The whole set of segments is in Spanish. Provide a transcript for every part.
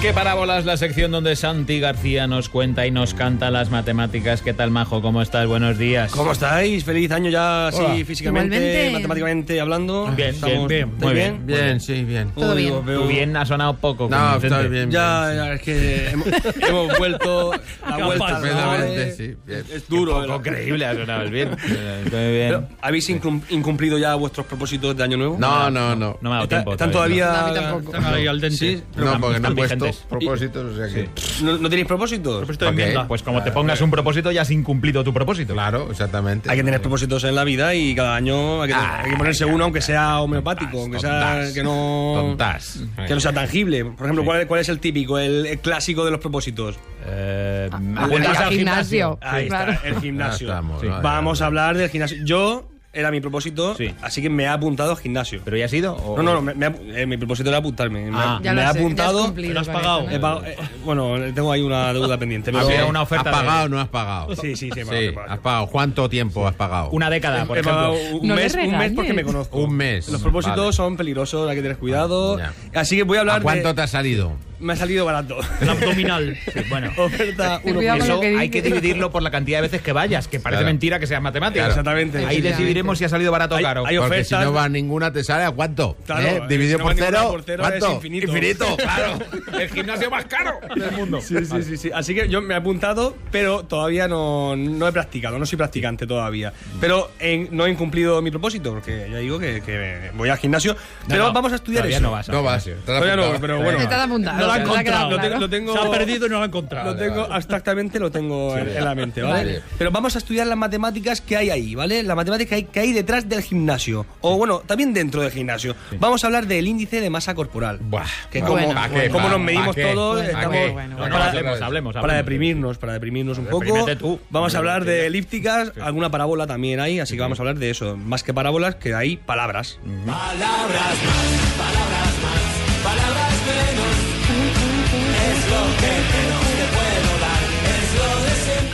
que parábolas, la sección donde Santi García nos cuenta y nos canta las matemáticas. ¿Qué tal, Majo? ¿Cómo estás? Buenos días. ¿Cómo estáis? Feliz año ya, sí, Hola. físicamente, Igualmente. matemáticamente hablando. Bien, Estamos- bien, bien, ¿estáis muy bien. Bien, sí, bien. Todo Uy, bien. os veo- Tú bien, ha sonado poco. Ah, No, convincente. estoy bien. Ya, bien, ya, es que hemos, hemos vuelto la vuelta al Estupendamente, cole. sí, bien. Es duro. Poco ¿verdad? creíble, ha sonado el bien. Eh, Estoy Pero, bien. ¿Habéis incum- incumplido ya vuestros propósitos de año nuevo? sí. No, no, no. No me ha dado Está- tiempo. ¿Están todavía, todavía...? No, a mí tampoco. Están ahí al dente. Sí. No, porque no están he puesto vigentes. propósitos, o sea que... ¿No, no tenéis propósitos? Propósito de Ok, enmienda. ¿no? Pues como te pongas un propósito, ya has incumplido tu propósito. Claro, exactamente. Hay que tener propósitos en la vida y cada año hay que, hay Ah, que ponerse uno, aunque sea homeopático, aunque sea tontas, que no... Tontas. Que no eh. sea tangible. Por ejemplo, ¿cuál, cuál es el típico, el, el clásico de los propósitos? Eh, Ir apuntas al al gimnasio. gimnasio. Ahí Claro. está, el gimnasio. Ya estamos, Sí. ¿no? Ya, Vamos ya. a hablar del gimnasio. Yo era mi propósito, Sí. así que me he apuntado al gimnasio. ¿Pero ya has ido? o- No, no, no, me- me ha- eh, mi propósito era apuntarme. Me- Ah. me Ya lo he has- ya has apuntado. cumplido Lo has con eso, pagado. ¿no? he pagado- eh, bueno, tengo ahí una deuda pendiente. Ah, pero- Había una oferta ¿Has de- pagado o no has pagado? Sí, sí, sí, he pagado, he Sí, pagado. has pagado. ¿Cuánto tiempo has pagado? Una década, por He pagado ejemplo. un, No le mes, un mes regañes. porque me conozco. Un mes. Los propósitos Vale. son peligrosos, hay que tener cuidado. Ya. Así que voy a ¿A hablar cuánto de... te ha salido? Me ha salido barato. El abdominal. Sí, bueno. oferta Ten 1 cuidado con Eso lo que hay que dices. dividirlo por la cantidad de veces que vayas, que parece Claro. mentira que sea matemática. Claro. Exactamente. Ahí Efectivamente. decidiremos si ha salido barato o Hay- caro. hay Porque ofertas- si no va a ninguna, ¿te sale a cuánto? Claro, ¿Eh? eh, si no Dividido va por, ninguna cero, por cero, es ¿Cuánto? infinito. claro. El gimnasio más caro del mundo. Sí, sí, sí, sí. Así que yo me he apuntado, pero todavía no, no he practicado, no soy practicante todavía. Pero en- no he incumplido mi propósito, porque ya digo que, que voy al gimnasio. pero vamos a estudiar todavía eso. No vas. No vas. Todavía ¿eh? no, pero bueno. Está de apuntado, No lo ha te ha encontrado. quedado Lo tengo, claro. lo tengo- Se ha perdido y no lo ha encontrado. Lo tengo abstractamente lo tengo en, en la mente, ¿vale? Vale. Pero vamos a estudiar las matemáticas que hay ahí, ¿vale? Las matemáticas que hay, que hay detrás del gimnasio. O bueno, también dentro del gimnasio. Vamos a hablar del índice de masa corporal. Buah, que va, como, ¿pa' qué, como pa- nos pa' medimos qué? todos, Bueno, estamos. bueno, bueno. No, no, Para- hablemos, hablemos, Para hablemos. deprimirnos, para deprimirnos un poco. deprímete tú. Vamos a hablar de Deprímete. elípticas, alguna parábola también hay, así que vamos a hablar de eso. Más que parábolas, que hay palabras.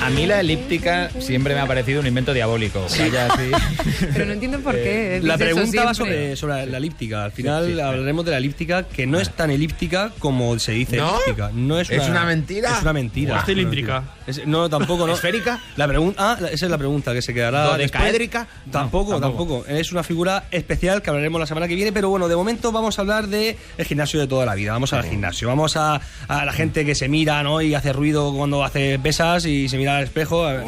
A mí la elíptica siempre me ha parecido un invento diabólico. Vaya, sí. Pero no entiendo por qué. La dice eso pregunta va sobre, siempre. sobre la elíptica. Al final hablaremos de la elíptica, que no es tan elíptica como se dice ¿No? elíptica. No es, ¿Es una mentira? Es una mentira. Buah. Es cilíndrica. Es- no, tampoco. No. ¿Esférica? La pregunta, ah, la- esa es la pregunta que se quedará. después. ¿Dodecaédrica? Tampoco, No, tampoco, Es una figura especial que hablaremos la semana que viene. Pero bueno, de momento vamos a hablar de el gimnasio de toda la vida. Vamos al gimnasio. Vamos a, a la gente que se mira ¿no? y hace ruido cuando hace pesas y se mira al espejo. a ver.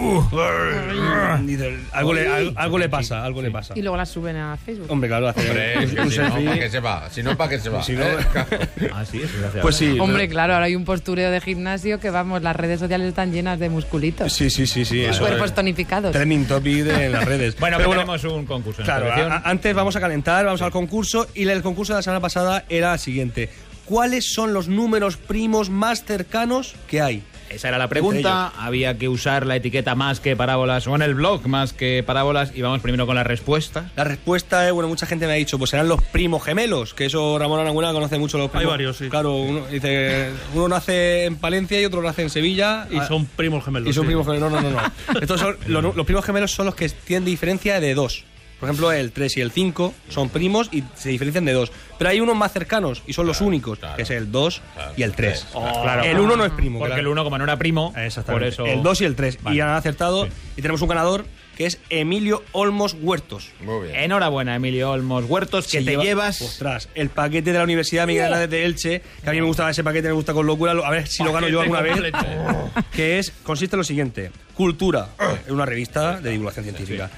Dice, algo, le, algo, algo le pasa, algo le pasa. Y luego la suben a Facebook. Hombre, claro, hacer Hombre, un- que un si no, selfie. ¿para qué se va? Si no, ¿para qué se va? Si no- ¿Eh? Claro. Ah, sí, es desgraciado. Pues sí. Hombre, claro, ahora hay un postureo de gimnasio que, vamos, las redes sociales están llenas de musculitos. Sí, sí, sí, sí. Eso cuerpos es tonificados. trending topic de- en las redes. Bueno, Pero pero tenemos un concurso. en esta claro, sección. a- a- antes vamos a calentar, vamos al concurso. Y el concurso de la semana pasada era el siguiente. ¿Cuáles son los números primos más cercanos que hay? Esa era la pregunta. Había que usar la etiqueta más que parábolas o en el blog más que parábolas. Y vamos primero con las respuestas. La respuesta es, bueno, mucha gente me ha dicho, pues serán los primos gemelos, que eso Ramón Aranguna conoce mucho los primos. varios, sí. Claro, uno, dice, uno nace en Palencia y otro nace en Sevilla. Y Ah, son primos gemelos. Y son sí. primos gemelos. No, no, no. no. Estos son, lo- los, primos gemelos son los que tienen diferencia de dos. Por ejemplo, el 3 y el 5 son primos y se diferencian de dos. Pero hay unos más cercanos y son los únicos, que es el 2 y el 3. Oh. claro. El 1 no es primo. Porque el claro. Ah, 1, como no era primo, por Exactamente. eso. El 2 y el 3. Vale. Y han acertado. Y tenemos un ganador que es Emilio Olmos Huertos. Muy bien. Enhorabuena, Emilio Olmos Huertos, que Se te lleva- llevas. Ostras, el paquete de la Universidad Miguel Hernández de Elche, que a mí me gustaba ese paquete, me gusta con locura. lo- A ver si lo gano yo Paquete alguna vez. completo. que es consiste en lo siguiente: Cultura, es una revista de divulgación científica.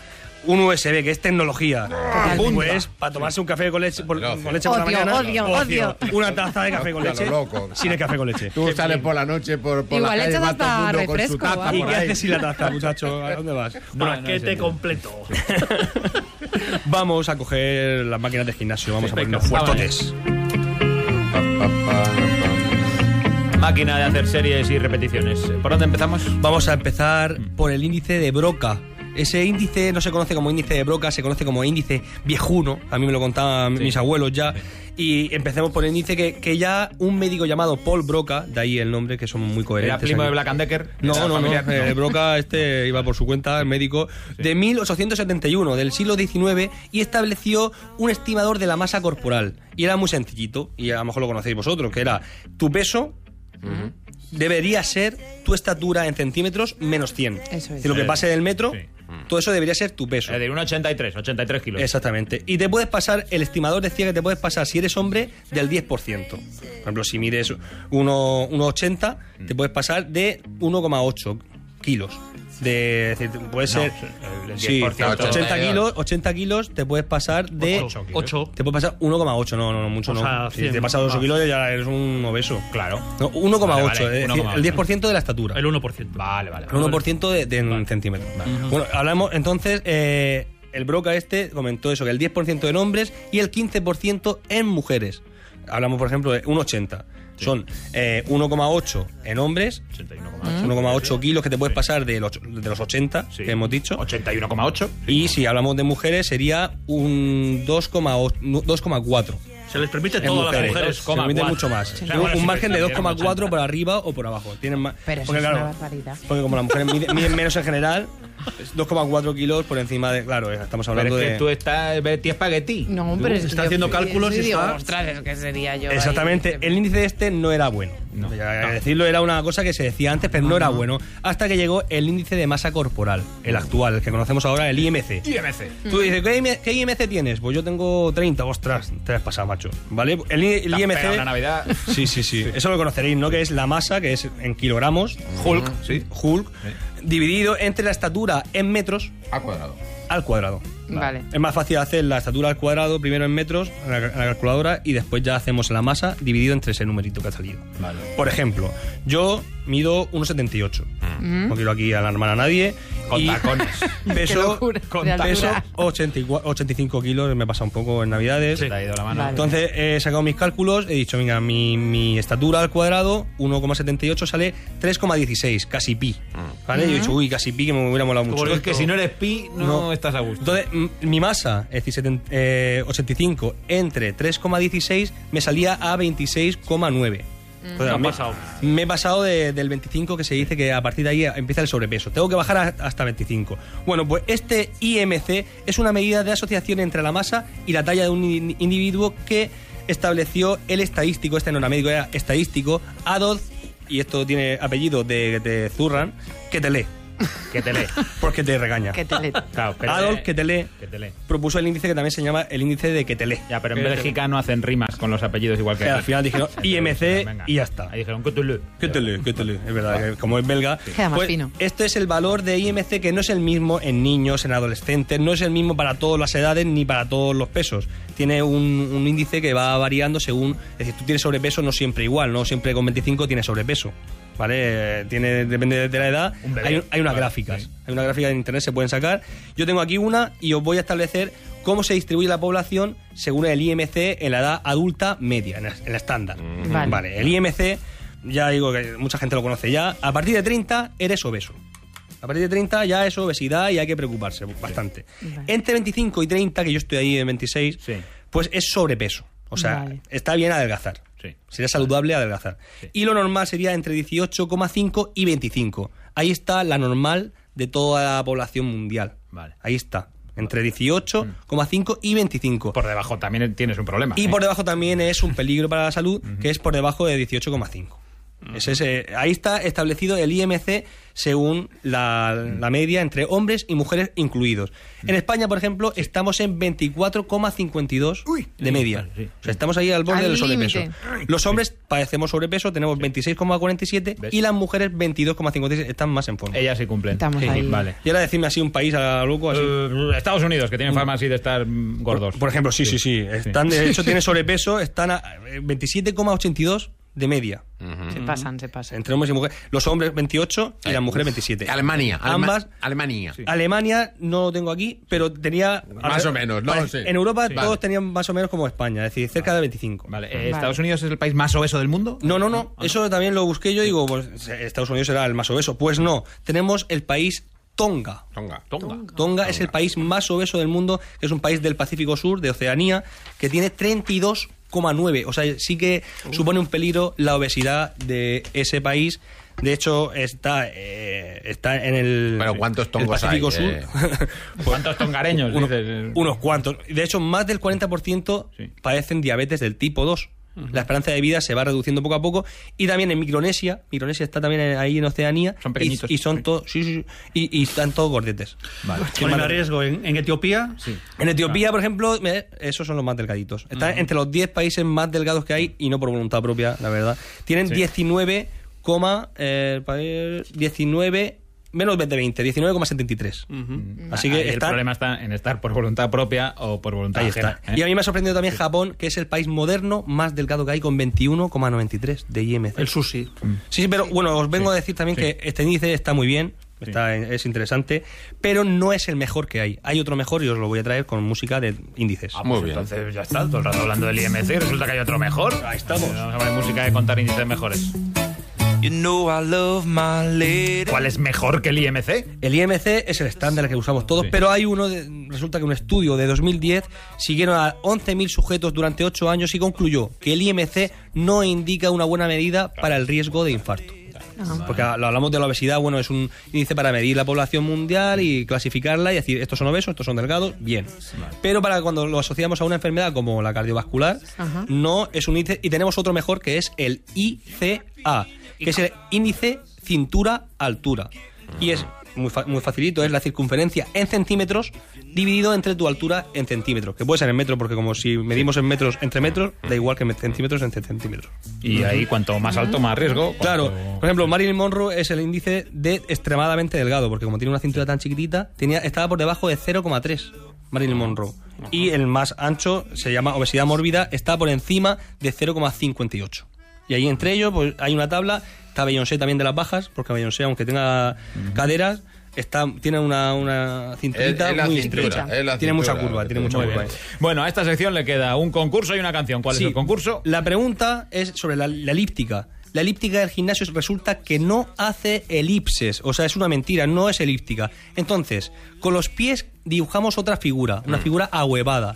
Un USB, que es tecnología. Totalmente. Pues, para tomarse un café con leche por, Ocio. con leche por la Odio, mañana. odio, odio. Una taza de café con Lo leche. loco. Sin el café con leche. Tú sales por la noche por, por Igual la calle echas va todo el hasta mundo con su refresco, ¿eh? tapa vamos. ¿Y por qué ahí. haces sin la taza, muchacho? ¿A dónde vas? No, no, Paquete ese no. completo. Vamos a coger las máquinas de gimnasio, vamos a venga, ponernos fuertotes. Pa, pa, pa, Máquina de hacer series y repeticiones. ¿Por dónde empezamos? Vamos a empezar Mm. por el índice de Broca. Ese índice no se conoce como índice de Broca, se conoce como índice viejuno. A mí me lo contaban mis abuelos ya. Y empecemos por el índice que, que ya un médico llamado Paul Broca, de ahí el nombre, que somos muy coherentes. Era primo aquí. de Black and Decker. No, Era no, no. familiar. eh, Broca este iba por su cuenta, el médico, de 1871, del siglo XIX, y estableció un estimador de la masa corporal. Y era muy sencillito, y a lo mejor lo conocéis vosotros, que era tu peso debería ser tu estatura en centímetros menos 100. Eso es. decir, lo que pase del metro, Sí. todo eso debería ser tu peso. Es decir, un 83, 83 kilos. Exactamente. Y te puedes pasar, el estimador decía que te puedes pasar, si eres hombre, del 10%. Por ejemplo, si mides 1,80, Mm. te puedes pasar de 1,8 kilos. De, es decir, puede No, ser. el- el sí, 10%. 80 kilos, 80 kilos te puedes pasar de. Ocho. 8. Te puedes pasar 1,8, no, no, no, mucho O no. sea, si 100 te pasas 8 más. kilos ya eres un obeso. Claro. No, 1,8, Vale, vale, es decir, 1,8. el 10% de la estatura. El 1%. Vale, vale. El 1% de, de un centímetro. Bueno, hablamos entonces. eh, el broca este comentó eso, que el 10% en hombres y el 15% en mujeres. Hablamos, por ejemplo, de 1,80. Son eh, 1,8 en hombres, 81,8. 1,8 kilos que te puedes pasar de los, de los 80 Sí. que hemos dicho. 81,8. Y si hablamos de mujeres, sería un 2,8 no, 2,4 Se les permite en todo a las mujeres. Se permite mucho más. Sí. Un- un, margen de 2,4 por arriba o por abajo. Tienen más. Pero eso porque, es una claro, barbaridad. Porque como las mujeres miden, miden menos en general, es 2,4 kilos por encima de. Claro, eh, estamos hablando Pero es que de. tú estás Betty espagueti. No, pero es que está yo haciendo fui- cálculos y digo, está- Ostras, es que sería yo. ahí". Exactamente, el índice este no era bueno. No. Ya, Decirlo era una cosa que se decía antes, pero no era bueno. Hasta que llegó el índice de masa corporal, el actual, el que conocemos ahora, el IMC. IMC. Tú dices, ¿qué, IM qué IMC tienes? Pues yo tengo 30, ostras, te has pasado, macho. ¿Vale? El, I- el Te has IMC. pegado una Navidad. Sí, sí, sí. Eso lo conoceréis, ¿no? Que es la masa, que es en kilogramos, Hulk, sí. Hulk, dividido entre la estatura en metros A cuadrado. al cuadrado. Vale. Es más fácil hacer la estatura al cuadrado primero en metros en la, en la calculadora y después ya hacemos la masa dividido entre ese numerito que ha salido. Vale. Por ejemplo, yo mido 1,78. No quiero aquí alarmar a nadie. Con y tacones. Mm. Qué Peso, locura, con de peso altura. 84 85 kilos, me pasa un poco en Navidades. Te ha ido la mano. Vale. Entonces he sacado mis cálculos, he dicho, venga, mi, mi estatura al cuadrado, 1,78 sale 3,16, casi pi. ¿Vale? Yo he Mm. dicho, uy, casi pi, que me hubiera molado mucho. Porque Mm. es que si no eres pi, no, No. estás a gusto. Entonces, m- mi masa, es decir, 70, eh, 85 entre 3,16 me salía a 26,9. Entonces, Te has me, pasado. me he pasado de- del 25 que se dice que a partir de ahí empieza el sobrepeso. Tengo que bajar a- hasta 25. Bueno, pues este IMC es una medida de asociación entre la masa y la talla de un in- individuo que estableció el estadístico, este no era médico, era estadístico, Adolf, y esto tiene apellido de, de Zurran, que te lee, Que te lee. porque te regaña. Que te le- Claro, pero- Adolf, que te lee Que te lee. propuso el índice que también se llama el índice de que te lee. Ya, pero en Que te Bélgica no hacen rimas con los apellidos igual que Que aquí. al final dijeron Entonces, IMC venga. y ya está. Ahí dijeron que te lee. Que te lee, que te lee. Es verdad, que como es belga. Queda más fino. Este es el valor de IMC que no es el mismo en niños, en adolescentes, no es el mismo para todas las edades ni para todos los pesos. Tiene un, un índice que va variando según. Es decir, tú tienes sobrepeso, no siempre igual, no siempre con 25 tienes sobrepeso. ¿Vale? Eh, Tiene, depende de la edad. Un bebé. hay, hay unas Vale, gráficas. sí. Hay una gráfica en internet, se pueden sacar. Yo tengo aquí una y os voy a establecer cómo se distribuye la población según el IMC en la edad adulta media, en la, en la estándar. Vale. vale, el IMC, ya digo que mucha gente lo conoce ya. A partir de 30 eres obeso. A partir de 30 ya es obesidad y hay que preocuparse bastante. Vale. Entre 25 y 30, que yo estoy ahí en 26, Sí. pues es sobrepeso. O sea, Vale. está bien adelgazar. Sí. Sería saludable adelgazar. Y lo normal sería entre 18,5 y 25. Ahí está la normal de toda la población mundial. Vale. Ahí está. Entre 18,5 y 25. Por debajo también tienes un problema. y ¿eh? por debajo también es un peligro para la salud, que es por debajo de 18,5. Ese es, eh, ahí está establecido el IMC según la, la media entre hombres y mujeres incluidos. En España, por ejemplo, estamos en 24,52 de media. vale, sí. O sea, estamos ahí al borde Al del sobrepeso. límite. Los hombres padecemos sobrepeso, tenemos 26,47 ¿Ves? Eh. y las mujeres 22,56 están más en forma. Ellas sí cumplen. Estamos Sí, ahí. Vale. Y ahora decirme así un país a la loco, así. Eh, Estados Unidos, que tienen fama así de estar mm, gordos. Por, por ejemplo, sí, sí, sí. Están, de hecho, tienen sobrepeso, están a eh, 27,82 de media. Mm. Se pasan, se pasan. Entre hombres y mujeres. Los hombres 28 y las mujeres 27. Alemania. Alema- Ambas. Alemania. Alemania no lo tengo aquí, pero tenía. Más o menos, no lo sé. En Europa Sí. todos Vale. tenían más o menos como España, es decir, cerca de 25. Vale. eh, ¿Estados Unidos es el país más obeso del mundo? No, no, Ah, no. Eso también lo busqué yo. Digo, pues Estados Unidos era el más obeso. Pues no. Tenemos el país Tonga. Tonga. Tonga. Tonga es el país más obeso del mundo, que es un país del Pacífico Sur, de Oceanía, que tiene 32,9. O sea, sí que supone un peligro la obesidad de ese país. De hecho, está, eh, está en el, Pero ¿cuántos el tongos Pacífico hay? eh? Sur. ¿Cuántos tongareños? Pues Uno- dices? eh. unos cuantos. De hecho, más del 40% Sí. padecen diabetes del tipo 2. La esperanza de vida se va reduciendo poco a poco. Y también en Micronesia, Micronesia está también ahí en Oceanía. Son pequeñitos. Y, y son todos, sí, sí, sí, y, y están todos gordetes. Vale. Ponen a riesgo en, en Etiopía. Sí. En Etiopía, por ejemplo, me- esos son los más delgaditos. Están entre los 10 países más delgados que hay y no por voluntad propia, la verdad. Tienen 19, coma, eh, pa- eh, 19 menos de 20, 19,73. Así que Ahí el están- problema está en estar por voluntad propia o por voluntad Ahí ajena, está. ¿eh? Y a mí me ha sorprendido también Japón, que es el país moderno más delgado que hay, con 21,93 de IMC. El sushi. Sí, sí, pero bueno, os vengo a decir también que este índice está muy bien, está, es interesante, pero no es el mejor que hay. Hay otro mejor y os lo voy a traer con música de índices. Ah, Muy pues bien. Entonces ya está, todo el rato hablando del IMC, resulta que hay otro mejor. Ahí estamos. Vamos a poner música de contar índices mejores. You know I love my lady. ¿Cuál es mejor que el IMC? El IMC es el estándar que usamos todos, Sí. pero hay uno, de- resulta que un estudio de 2010 siguieron a 11.000 sujetos durante 8 años y concluyó que el IMC no indica una buena medida para el riesgo de infarto. Porque lo hablamos de la obesidad, bueno, es un índice para medir la población mundial y clasificarla y decir, estos son obesos, estos son delgados, bien. Pero para cuando lo asociamos a una enfermedad como la cardiovascular, Ajá. no es un índice. Y tenemos otro mejor que es el ICA, que es el índice cintura-altura. Y es muy, fa- muy facilito, es la circunferencia en centímetros dividido entre tu altura en centímetros, que puede ser en metros, porque como si medimos en metros entre metros, da igual que en centímetros entre centímetros. Y ahí cuanto más alto, más riesgo. Claro, Cuanto- por ejemplo, Marilyn Monroe es el índice de extremadamente delgado, porque como tiene una cintura tan chiquitita, tenía, estaba por debajo de 0,3 Marilyn Monroe. Y el más ancho, se llama obesidad mórbida, está por encima de 0,58. Y ahí entre ellos pues, hay una tabla, está Beyoncé también de las bajas, porque Beyoncé, aunque tenga caderas, está, tiene una, una cinturita Es- es la muy cintura, estrecha. es la tiene mucha cintura, curva, tiene mucha Muy curva. bien. Bueno, a esta sección le queda un concurso y una canción. ¿Cuál Sí. es el concurso? La pregunta es sobre la, la elíptica. La elíptica del gimnasio resulta que no hace elipses, o sea, es una mentira, no es elíptica. Entonces, con los pies dibujamos otra figura, Mm. una figura ahuevada.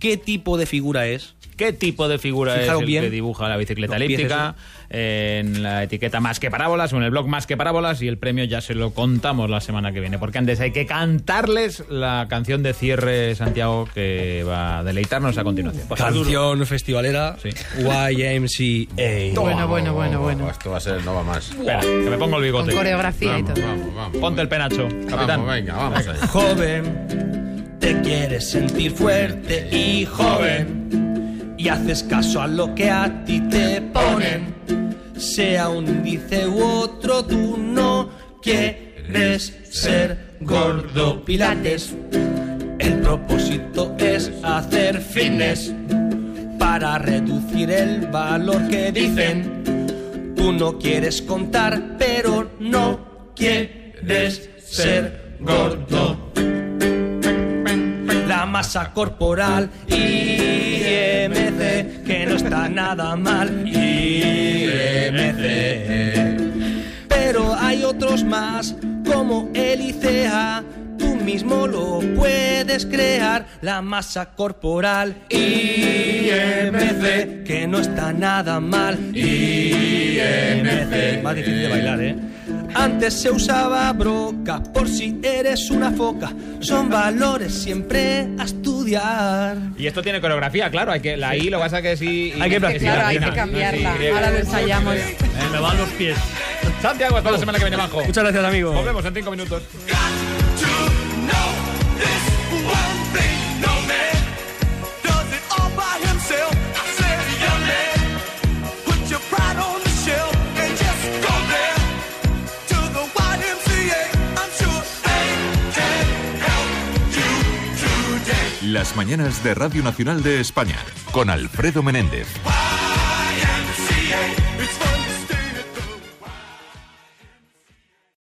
¿Qué tipo de figura es? ¿Qué tipo de figura Fijaos es el bien. que dibuja la bicicleta Los pies, elíptica? En la etiqueta Más que Parábolas o en el blog Más que Parábolas y el premio ya se lo contamos la semana que viene. Porque antes hay que cantarles la canción de cierre, Santiago, que va a deleitarnos a continuación. Pues Canción festivalera, Sí. YMCA. Bueno, bueno, bueno, bueno. Oh, Esto va a ser, no va más. Espera, que me pongo el Con bigote. coreografía y Vamos, todo. vamos, vamos. Ponte el penacho, capitán. Vamos, venga, vamos ahí. Joven, te quieres sentir fuerte y joven, y haces caso a lo que a ti te ponen. Sea un índice u otro, tú no quieres ser gordo pilates. El propósito es hacer fitness para reducir el valor que dicen. Tú no quieres contar, pero no quieres ser gordo. La masa corporal IMC, que no está nada mal. IMC. Pero hay otros más, como el ICA. Tú mismo lo puedes crear. La masa corporal IMC, que no está nada mal. IMC. Más difícil de bailar, ¿eh? Antes se usaba broca por si eres una foca. Son valores siempre a estudiar. Y esto tiene coreografía, claro. Hay que, la I lo pasa que sí. Hay que practicar, Claro, hay que cambiarla. Ahora lo ensayamos. Eh, me van los pies. Santiago, hasta la semana que viene, Majo. Muchas gracias, amigo. Nos vemos en cinco minutos. To know this one thing, no man does it all by himself. I said, young man, put your pride on the shelf and just go there to the YMCA. I'm sure they can help you today. Las mañanas de Radio Nacional de España con Alfredo Menéndez. Y